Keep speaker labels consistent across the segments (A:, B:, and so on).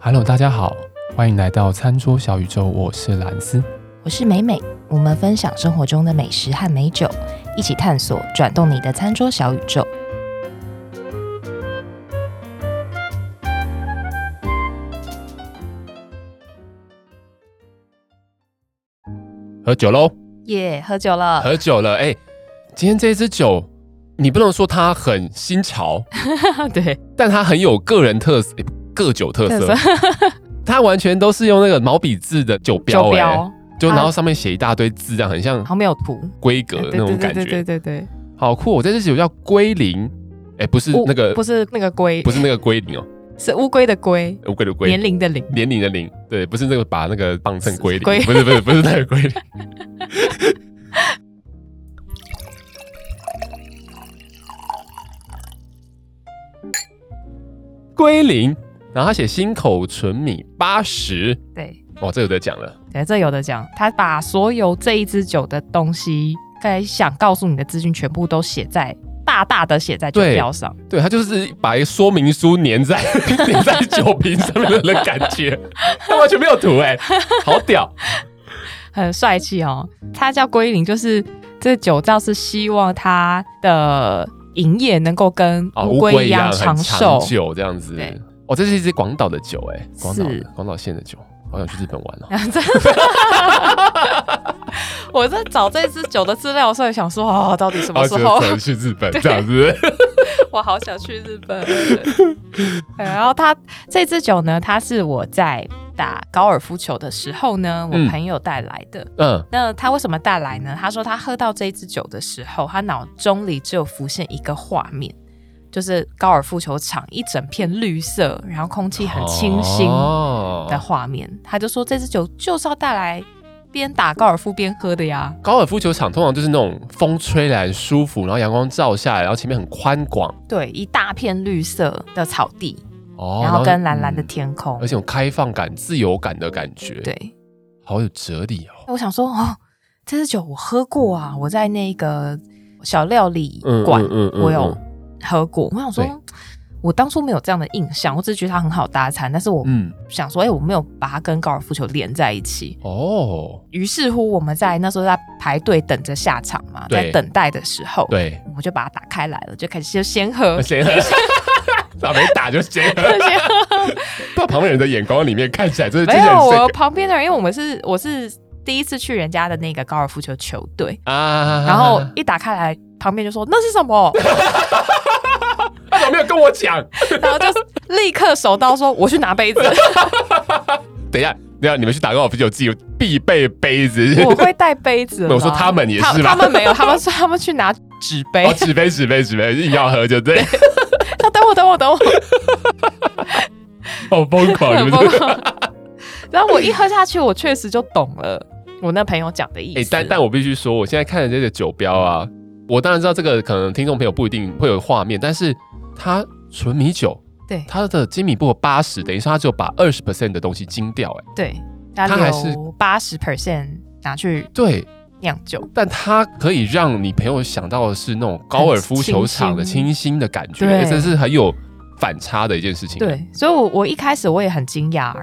A: Hello，大家好，欢迎来到餐桌小宇宙，我是蓝斯。
B: 我是美美，我们分享生活中的美食和美酒，一起探索转动你的餐桌小宇宙。
A: 喝酒喽，
B: 耶、喝酒了，
A: 喝酒了。哎、今天这支酒，你不能说它很新 潮，呃
B: 对，
A: 但它很有个人特色，哎个酒特色
B: 特。
A: 它完全都是用那个毛笔字的酒标、
B: 酒
A: 哎，
B: 标，
A: 就
B: 啊
A: 然后上面写一大堆字，这样很像
B: 好没有图，
A: 规格
B: 哎
A: 的
B: 对
A: 那种感
B: 对对
A: 觉，
B: 对对对
A: 好酷、哦。这支酒叫龟苓，哎、不是
B: 对，乌
A: 那个，
B: 哦不是那个龟
A: 不，是那个龟苓哦，哎
B: 是乌龟的龟，
A: 乌龟的龟，
B: 年龄的龄，
A: 年龄的龄，对，不是那个把那个棒秤归
B: 归
A: 零，不是不是不是那个归 零。归零，然后他写心口纯米八十，
B: 对
A: 哇，这有得讲了。
B: 对，这有的讲，他把所有这一支酒的东西，该想告诉你的资讯，全部都写在大大的写在酒
A: 对
B: 标上，
A: 对他就是把一个说明书粘在 粘在酒瓶上面的感觉，他完全没有图哎、好屌！
B: 很帅气哦。它叫龟苓，就是这酒造是希望它的营业能够跟
A: 哦，
B: 乌
A: 乌
B: 龟
A: 龟
B: 一
A: 一
B: 样
A: 样
B: 长
A: 很
B: 寿
A: 长。久这样子
B: 对。
A: 哦，这是一支广岛的酒哎、广岛的
B: 是
A: 广岛县的酒，好想去日本玩 哦。
B: 啊 真的，我在找这支酒的资料的时候，也想说哦，到底什么
A: 好
B: 时候？
A: 想去日本这样子，
B: 我好想去日本。对然后它这支酒呢，它是我在打高尔夫球的时候呢，
A: 嗯
B: 我朋友带来的。
A: 嗯，
B: 那他为什么带来呢？他说他喝到这支酒的时候，他脑中里只有浮现一个画面，就是高尔夫球场一整片绿色，然后空气很清新
A: 哦
B: 的画面。他就说这支酒就是要带来边打高尔夫边喝的呀。
A: 高尔夫球场通常就是那种风吹来很舒服，然后阳光照下来，然后前面很宽广
B: 对，一大片绿色的草地，
A: 哦
B: 然后跟蓝蓝的、
A: 嗯
B: 天空。
A: 而且有开放感、自由感的感觉，，
B: 对，
A: 好有哲理哦。
B: 我想说哦，这支酒我喝过啊，我在那个小料理馆、
A: 嗯
B: 我有喝过。我想
A: 对
B: 说，我当初没有这样的印象，我只是觉得它很好搭餐，但是我
A: 嗯
B: 想说，哎、我没有把它跟高尔夫球连在一起。
A: 哦，
B: 于是乎，我们在那时候在排队等着下场嘛，
A: 对
B: 在等待的时候，
A: 对，，
B: 我们就把它打开来了，就开始就先 喝
A: 先喝，打没打就先喝，
B: 先喝
A: 到旁边人的眼光里面看起来，这是
B: 没
A: 真的
B: 有，
A: 很
B: 我
A: 深
B: 旁边的人，因为我们是我是第一次去人家的那个高尔夫球球 队，
A: 啊
B: 然后一打开来，旁边就说那是什么，
A: 他怎么没有跟我讲？
B: 然后就立刻手刀说我去拿杯子，
A: 等一下，等一下，你们去打高尔夫球自己必备杯子，
B: 我会带杯子啦。
A: 我说他们也
B: 他
A: 是吧
B: 他们没有，他们说他们去拿纸 杯
A: 哦，。纸杯纸杯纸杯，硬要喝就对，
B: 他等我等我等我，
A: 好哦疯狂，你
B: 很
A: 们这
B: 疯狂。然后我一喝下去，我确实就懂了我那朋友讲的意 思。
A: 哎、但但我必须说，我现在看的这个酒标啊，我当然知道这个可能听众朋友不一定会有画面，但是它纯米酒，
B: 对
A: 它的精米不八十，等于说它只有把二十 percent 的东西精掉、哎，
B: 对，他
A: 他还是
B: 有八十 percent 拿去
A: 对，
B: 酿酒，
A: 但它可以让你朋友想到的是那种高尔夫球场的
B: 很清
A: 清新的感觉，
B: 对
A: 哎这是很有反差的一件事情、哎，
B: 对，所以我我一开始我也很惊讶。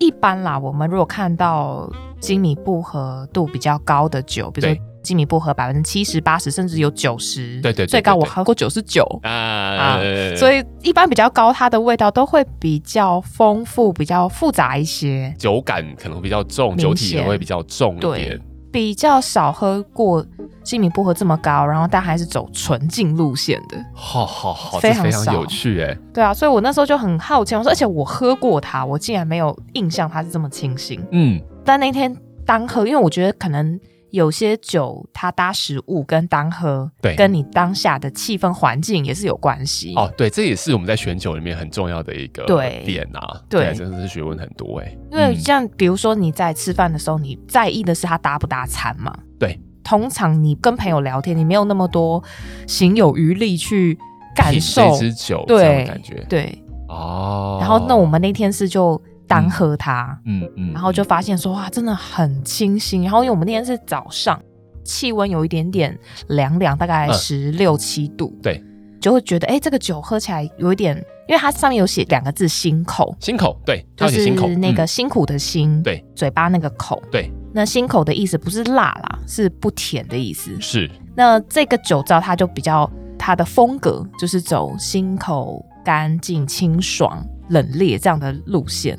B: 一般啦，我们如果看到精米不合度比较高的酒，比如说
A: 对
B: 精米不合百分之七十、八十，甚至有九十，
A: 对对对
B: 最高
A: 对
B: 我
A: 对
B: 喝过九十九。
A: 啊，
B: 所
A: 以
B: 以一般比较高，它的味道都会比较丰富、比较复杂一些，
A: 酒感可能比较重，
B: 明
A: 酒体也
B: 显
A: 会比较重一
B: 对
A: 点。
B: 比较少喝过精米不合这么高，然后但还是走纯净路线的。
A: 好好好，
B: 非
A: 这
B: 常
A: 非常
B: 少
A: 有趣哎、
B: 对啊，所以我那时候就很好奇，我说，而且我喝过它，我竟然没有印象它是这么清新。
A: 嗯，
B: 但那天单喝，因为我觉得可能有些酒它搭食物跟单喝，
A: 对
B: 跟你当下的气氛环境也是有关系。
A: 哦，对，这也是我们在选酒里面很重要的一个
B: 嗯对
A: 点啊。
B: 对
A: 真的是学问很多哎、
B: 因为
A: 嗯
B: 像比如说你在吃饭的时候，你在意的是它搭不搭餐嘛？
A: 对，
B: 通常你跟朋友聊天，你没有那么多行有余力去感
A: 品
B: 受
A: 这，支酒这样的
B: 对
A: 感觉
B: 对。
A: 哦。
B: 然后那我们那天是就单喝它，
A: 嗯嗯，
B: 然后就
A: 嗯
B: 发现说哇，真的很清新。然后因为我们那天是早上，气温有一点点凉凉，大概
A: 嗯
B: 十六七度，
A: 对，
B: 就会觉得，哎、这个酒喝起来有一点，因为它上面有写两个字“心口
A: 心口，对，”，它
B: 就
A: 有写
B: 是
A: 心口，
B: 那个
A: 嗯
B: 辛苦的辛，
A: 对，
B: 嘴巴那个口，
A: 对。
B: 那辛口的意思不是辣啦，是不甜的意思。
A: 是
B: 那这个酒糟它就比较它的风格就是走心口干净、清爽、冷冽这样的路线，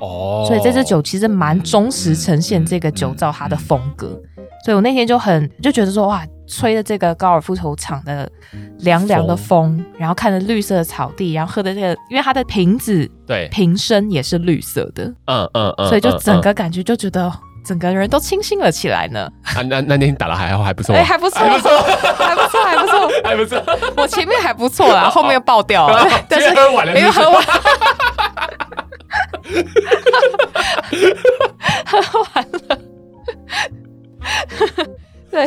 A: 哦，
B: 所以这支酒其实蛮忠实呈现这个酒造它的风格。
A: 嗯
B: 所以我那天就很就觉得说，哇，吹的这个高尔夫球场的凉凉的风，然后看着绿色的草地，然后喝的这个，因为它的瓶子
A: 对，
B: 瓶身也是绿色的，
A: 嗯嗯嗯，
B: 所以就
A: 嗯
B: 整
A: 嗯
B: 个感觉就觉得。整个人都清新了起来呢，
A: 啊，那那天打的还好，还不错
B: 哎、，还不错，还不错，还不错，还不错。
A: 还不错，，
B: 我前面还不错啦，后面又爆掉了 但是
A: 今天喝完了
B: 没有
A: 是不
B: 喝完，喝完了，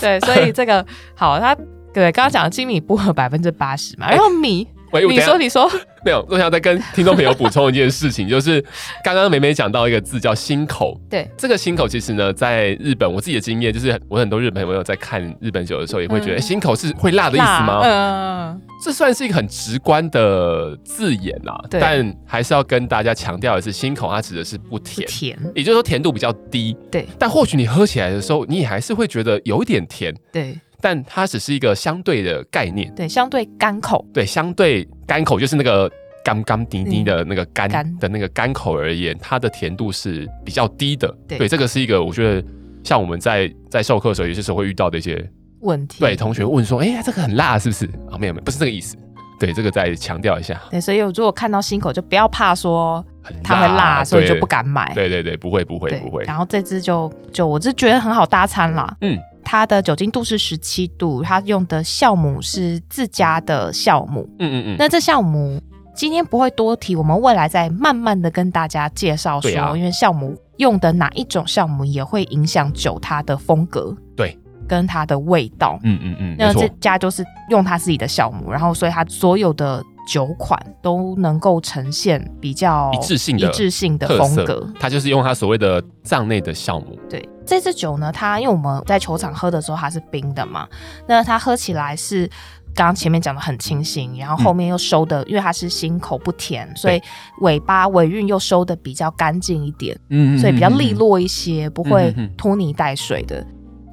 B: 对对，所以这个好，他对刚刚讲的精米不合百分之八十嘛，然后米，
A: 哎喂，我
B: 你
A: 等一下
B: 说你说，
A: 没有，我想再跟听众朋友补充一件事情，就是刚刚美美讲到一个字叫“心口”。
B: 对，
A: 这个“心口”其实呢，在日本我自己的经验就是，我很多日本朋友在看日本酒的时候，也会觉得“哎
B: 嗯
A: 心口”是会辣的意思吗？
B: 嗯，
A: 这算是一个很直观的字眼啦、
B: 对
A: 但还是要跟大家强调的是，“心口”它指的是不
B: 不
A: 甜，
B: 甜，
A: 也就是说甜度比较低。
B: 对
A: 但或许你喝起来的时候，你也还是会觉得有一点甜，
B: 对
A: 但它只是一个相对的概念。
B: 对，相对干口，
A: 对，相对干口就是那个干干滴滴的那个干
B: 嗯干
A: 的那个干口而言，它的甜度是比较低的。
B: 对
A: 这个是一个我觉得像我们在在授课的时候，有些时候会遇到的一些
B: 问题，
A: 对同学问说：“哎、呀，这个很辣是不是？”啊，没有没有，不是这个意思。对，这个再强调一下，
B: 对，所以如果看到心口，就不要怕说
A: 很
B: 它会辣，所以就不
A: 敢。
B: 敢买。
A: 对对对，不会不会
B: 对，
A: 不会。
B: 然后这支就就我是觉得很好搭餐啦。
A: 嗯，
B: 它的酒精度是十七度，它用的酵母是自家的酵母。
A: 嗯嗯嗯，
B: 那这酵母今天不会多提，我们未来再慢慢的跟大家介绍说，
A: 对啊
B: 因为酵母用的哪一种酵母也会影响酒它的风格，
A: 对，
B: 跟它的味道。
A: 嗯嗯嗯，没
B: 那这
A: 错。
B: 家就是用它自己的酵母，然后所以它所有的酒款都能够呈现比较
A: 一致性的
B: 一致性的
A: 特
B: 风
A: 色
B: 格。
A: 它就是用它所谓的藏内的酵母，
B: 对，这支酒呢，它因为我们在球场喝的时候它是冰的嘛，那它喝起来是刚刚前面讲的很清新，然后后面又收的，因为它是心口不甜，所以尾巴尾韵又收的比较干净一点，
A: 嗯，嗯
B: 所以比较
A: 嗯嗯嗯
B: 利落一些，不会拖泥带水的。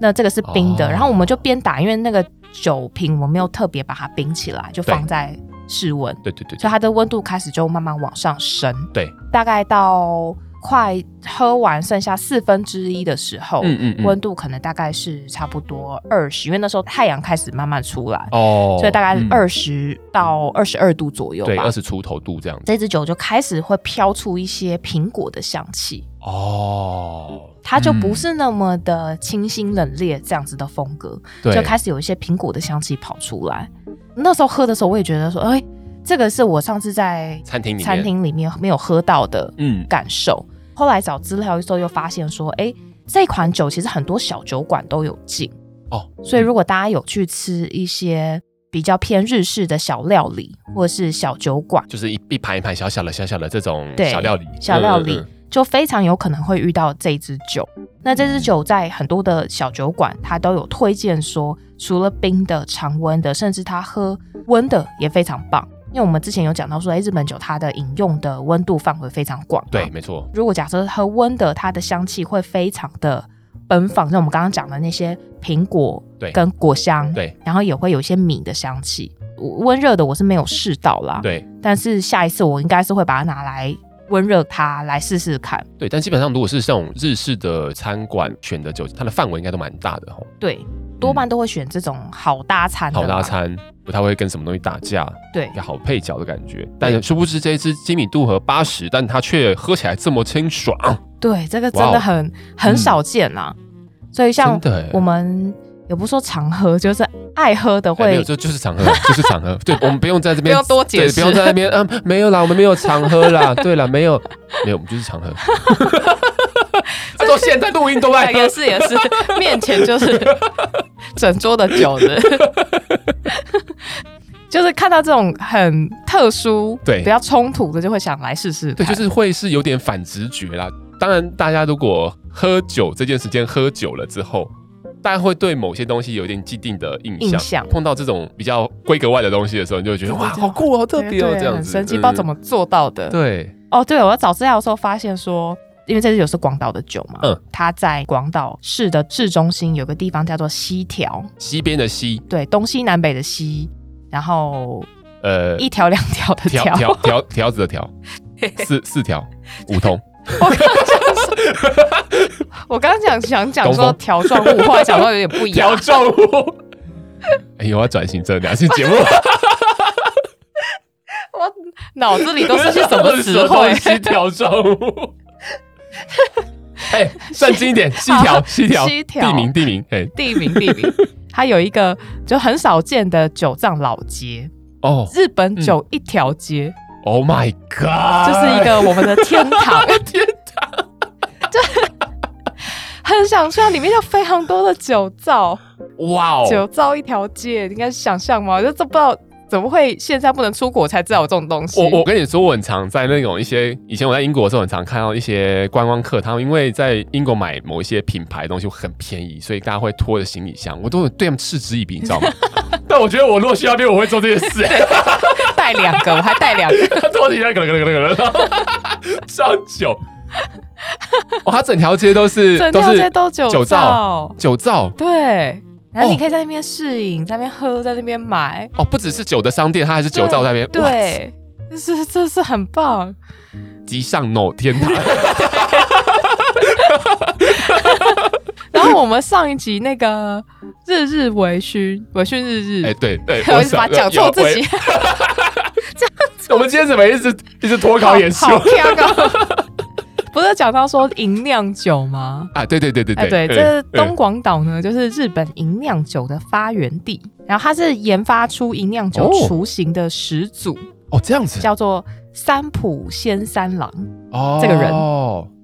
B: 那这个是冰的，
A: 哦
B: 然后我们就边打，因为那个酒瓶我没有特别把它冰起来，就
A: 对
B: 放在室温，
A: 嗯对对对
B: 所以它的温度开始就慢慢往上升。
A: 对，
B: 大概到快喝完剩下四分之一的时候，
A: 嗯嗯嗯
B: 温度可能大概是差不多二十，因为那时候太阳开始慢慢出来，
A: 哦，
B: 所以大概
A: 嗯
B: 二十到二十二度左右
A: 对
B: 吧
A: 二。十出头度这样子。
B: 这支酒就开始会飘出一些苹果的香气，
A: 哦，
B: 它就不
A: 嗯
B: 是那么的清新冷冽这样子的风格，
A: 对，
B: 就开始有一些苹果的香气跑出来。那时候喝的时候，我也觉得说，哎、这个是我上次在
A: 餐厅里面
B: 餐，厅里面没有喝到的
A: 嗯，
B: 感受。后来找资料的时候又发现说，哎，这款酒其实很多小酒馆都有进，
A: 哦，
B: 所以如果大家有去吃一些比较偏日式的小料理或是小酒馆，
A: 就是一一盘一盘小小的小小的这种
B: 对
A: 小料理，
B: 小料理
A: 嗯嗯
B: 就非常有可能会遇到这支酒。那这支酒在很多的小酒馆，它都有推荐说，除了冰的、常温的，甚至它喝温的也非常棒。因为我们之前有讲到说，哎，日本酒它的饮用的温度范围非常广嘛，
A: 对，没错，
B: 如果假设喝温的，它的香气会非常的奔放，像我们刚刚讲的那些苹果
A: 对
B: 跟果香，
A: 对
B: 然后也会有一些米的香气。我温热的我是没有试到啦，，
A: 对
B: 但是下一次我应该是会把它拿来温热它来试试看。
A: 对，但基本上如果是这种日式的餐馆选的酒，它的范围应该都蛮大的哦，
B: 对，多半都会选这种好搭餐的，
A: 好大，餐。不太会跟什么东西打架，
B: 对
A: 一个好配角的感觉。但殊不知这一支金米度和八十，但它却喝起来这么清爽，
B: 对，这个真
A: 哇哦
B: 的很很少见啦。所以像
A: 真的欸
B: 我们也不说常喝，就是爱喝的
A: 哎没有，
B: 会
A: 就就是场合，就是场合。对，我们不用在这边
B: 不用多解释
A: 对不用在那边。嗯，没有啦，我们没有场合啦。对啦，没有，没有，我们就是场合。他说现在录音都在
B: 对，也
A: 喝，
B: 是也是， 面前就是整桌的酒的， 就是看到这种很特殊、
A: 对
B: 比较冲突的，就会想来试试
A: 对，
B: 看。
A: 就是会是有点反直觉啦。当然，大家如果喝酒这件时间喝酒了之后，大家会对某些东西有一点既定的印象。
B: 印象
A: 碰到这种比较规格外的东西的时候，你就会觉得
B: 对
A: 哇，
B: 对对
A: 好酷哦，好特别哦，
B: 对
A: 这样子。
B: 很神奇，不知道怎
A: 么、
B: 么做到的。
A: 对，
B: 哦，对，我要找资料的时候发现说，因为这支酒是广岛的酒嘛，
A: 嗯，
B: 它在广岛市的市中心有个地方叫做西条，
A: 西边的西，
B: 对，东西南北的西，然后
A: 呃，
B: 一条两条的
A: 条条
B: 条，
A: 条条子的条，四四条，五通。
B: 我刚刚讲想讲
A: 东
B: 说
A: 风
B: 条状物，后来讲到有点不一
A: 条
B: 样，
A: 状物。哎呦，我要转型这两期节目，
B: 我脑子 里都是些什么词汇
A: 东？西条状物。 哎，正经一点，西条，西条，
B: 西条
A: 地名，地名。哎，
B: 地名地名，它有一个就很少见的九藏老街，
A: 哦
B: 日本九一条街，
A: ，Oh my God，
B: 就是一个我们的天 堂。
A: 天堂。
B: 很想去，它啊里面有非常多的酒造，
A: 哇
B: 酒
A: 哦，
B: 造一条街，你敢想象吗？我就这不知道怎么会现在不能出国才知道有这种东西。
A: 我我跟你说，我很常在那种一些以前我在英国的时候，很常看到一些观光客，他们因为在英国买某一些品牌的东西很便宜，所以大家会拖着行李箱，我都对他们嗤之以鼻，你知 道吗？但我觉得我如果去那边，我会做这些事。
B: 带两个，我还带 两个，
A: 他拖着一下，可能可能可能可能， 上酒。哇，他整条街都是
B: 整
A: 都
B: 条街
A: 是
B: 都酒
A: 酒造酒造
B: 对。然后
A: 哦
B: 你可以在那边试饮，在那边喝，在那边买，
A: 哦，不只是酒的商店，它还是酒造那边，哇，
B: 对，就是这是很棒。
A: 极上 no 天 堂。
B: 然后我们上一集那个日日微醺，微醺日日，
A: 哎，对对，
B: 我一直把
A: 想
B: 讲错
A: 有
B: 自己，
A: 我们今天怎么一直一直脱稿演出
B: 好 跳高。不是讲到说银酿酒吗？
A: 啊？对对对对
B: 哎，对，
A: 嗯
B: 这
A: 嗯
B: 东广岛呢，就是日本银酿酒的发源地。然后它是研发出银酿酒
A: 哦
B: 雏形的始祖，
A: 哦这样子
B: 叫做三浦仙三郎
A: 哦，
B: 这个人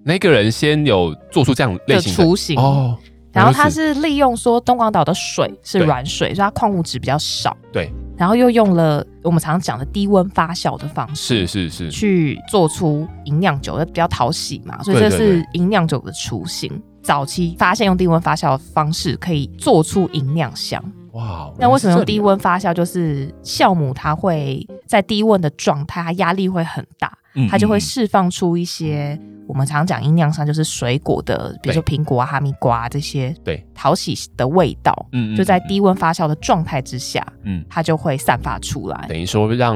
A: 那个人先有做出这样类
B: 的
A: 型的
B: 雏形。
A: 哦，
B: 然后
A: 原来
B: 它
A: 如此
B: 是利用说东广岛的水是
A: 对
B: 软水，所以它矿物质比较少。
A: 对。
B: 然后又用了我们常常讲的低温发酵的方式。
A: 是是是
B: 去做出营养酒，比较讨喜嘛，所以
A: 对
B: 这
A: 对
B: 是营养酒的雏形。早期发现用低温发酵的方式可以做出营养香，
A: 哇，
B: 那为什么
A: 原来是
B: 用
A: 这啊
B: 低
A: 样？
B: 温发酵？就是酵母它会在低温的状态，它压力会很大，
A: 嗯
B: 它就会
A: 嗯
B: 释放出一些我们常讲营养上就是水果的，比如说苹果啊、哈密瓜、啊、这些
A: 对
B: 讨喜的味道，
A: 嗯嗯
B: 就在
A: 嗯
B: 低温发酵的状态之下，
A: 嗯
B: 它就会散发出来。
A: 等于说让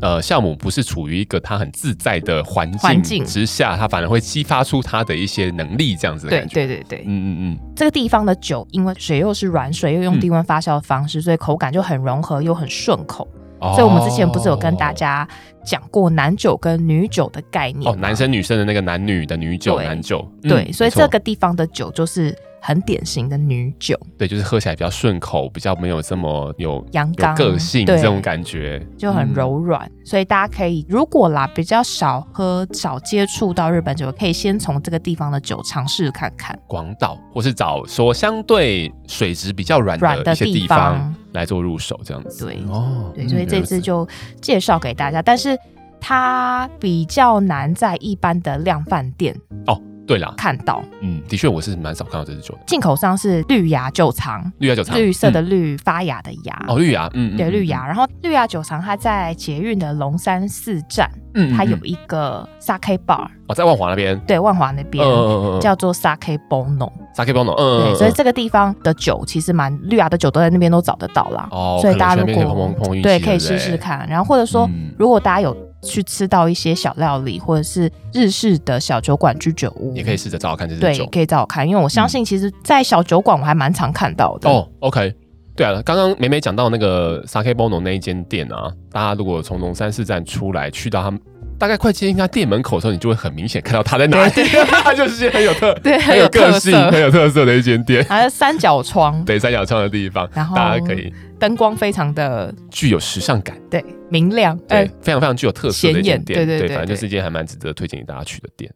A: 呃酵母不是处于一个它很自在的环
B: 环
A: 境
B: 境
A: 之下，它反而会激发出它的一些能力，这样子的
B: 对
A: 感觉。
B: 对对对，
A: 嗯嗯
B: 这个地方的酒，因为水又是软水，又用低温发酵的方式，所以口感就很融合又很顺口。
A: 嗯，
B: 所以我们之前不是有跟大家讲过男酒跟女酒的概念
A: 哦
B: 吗
A: 男生女生的那个男女的女酒
B: 对
A: 男酒，嗯
B: 对，所
A: 没
B: 以
A: 错
B: 这个地方的酒就是很典型的女酒，
A: 对就是喝起来比较顺口，比较没有这么有
B: 阳
A: 有
B: 刚
A: 个性
B: 对
A: 这种感觉，
B: 就很
A: 嗯。
B: 柔软。所以大家可以，如果啦比较少喝、少接触到日本酒，可以先从这个地方的酒尝试看看。
A: 广岛，或是找说相对水质比较软
B: 软
A: 的
B: 的
A: 一些地
B: 地方
A: 方来做入手，这样子。
B: 对
A: 哦，
B: 对，
A: 嗯
B: 所以这次就介绍给大家，但是它比较难在一般的量贩店
A: 哦，对啦，
B: 看到。
A: 嗯，的确我是蛮少看到这支酒的，
B: 进口商是绿芽酒藏，
A: 绿芽酒厂，
B: 绿色的
A: 嗯
B: 绿，发芽的芽。
A: 哦，绿芽，嗯，嗯
B: 对，
A: 嗯
B: 绿芽。然后绿芽酒藏它在捷运的龙山寺站，
A: 嗯
B: 它有
A: 嗯嗯
B: 一个 sake bar，
A: 哦，在万华那边，
B: 对，万华那边。
A: 嗯
B: 叫做 sake bono，
A: Sake Bono，嗯，
B: 对，
A: 嗯
B: 所以
A: 嗯
B: 这个地方的酒其实蛮绿芽的酒都在那边都找得到啦，
A: 哦，
B: 所以
A: 可能
B: 大家
A: 去那
B: 如
A: 边可以碰
B: 果
A: 碰碰运气，
B: 对
A: 不
B: 可以试试，看，然后或者说
A: 嗯
B: 如果大家有去吃到一些小料理或者是日式的小酒馆居酒屋，
A: 也可以试着找找看这支
B: 对
A: 酒。
B: 可以找我看，因为我相信其实，在小酒馆我还蛮常看到的，
A: 哦，OK，对啊，刚刚美美讲到那个 Sake Bono 那一间店啊，大家如果从龙山寺站出来，去到他们。大概快接近他店门口的时候，你就会很明显看到他在哪里，它就是一间很有特、
B: 对，
A: 很
B: 很
A: 有
B: 有
A: 个
B: 特
A: 性、
B: 色
A: 很，有特色的一间店，
B: 还有三角窗，
A: 对三角窗的地方，
B: 然后
A: 大家可以
B: 灯光非常的
A: 具有时尚感，
B: 对明亮，
A: 对，
B: 哎，
A: 非常非常具有特色的一间店，
B: 显眼对对对
A: 反正就是一间还蛮值得推荐给大家去的店。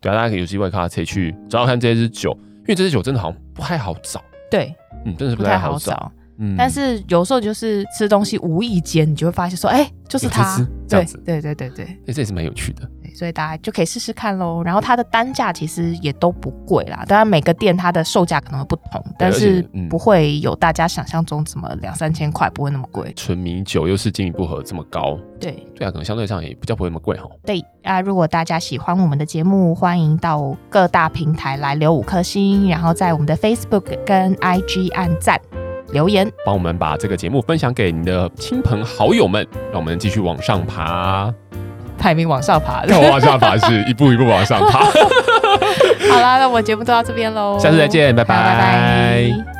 A: 对啊，大家可以有机会看，可以去找找看这支酒，因为这支酒真的好像不太好找，
B: 对，
A: 嗯，真的是不
B: 不太
A: 太
B: 好
A: 好找。
B: 找。
A: 嗯，
B: 但是有时候就是吃东西无意间，你就会发现说，哎，就是
A: 有
B: 它
A: 这只，这
B: 对
A: 样子
B: 对对对对，
A: 诶这也是蛮有趣的。
B: 对所以大家就可以试试看喽。然后它的单价其实也都不贵啦，当然每个店它的售价可能会不同，但
A: 而
B: 是
A: 且嗯
B: 不会有大家想象中什么两三千块，不会那么贵。
A: 纯米酒又是进一步和这么高，
B: 对
A: 对啊，可能相对上也比较不会那么贵哈。
B: 对啊，如果大家喜欢我们的节目，欢迎到各大平台来留五颗星，然后在我们的 Facebook 跟 IG 按赞留言。
A: 帮我们把这个节目分享给你的亲朋好友们，让我们继续往上爬。
B: 排名往上 爬的。
A: 看我往下爬是一步一步 往上爬。
B: 好啦，那我们节目就到这边喽，
A: 下次再见拜
B: 好拜
A: 拜
B: 拜。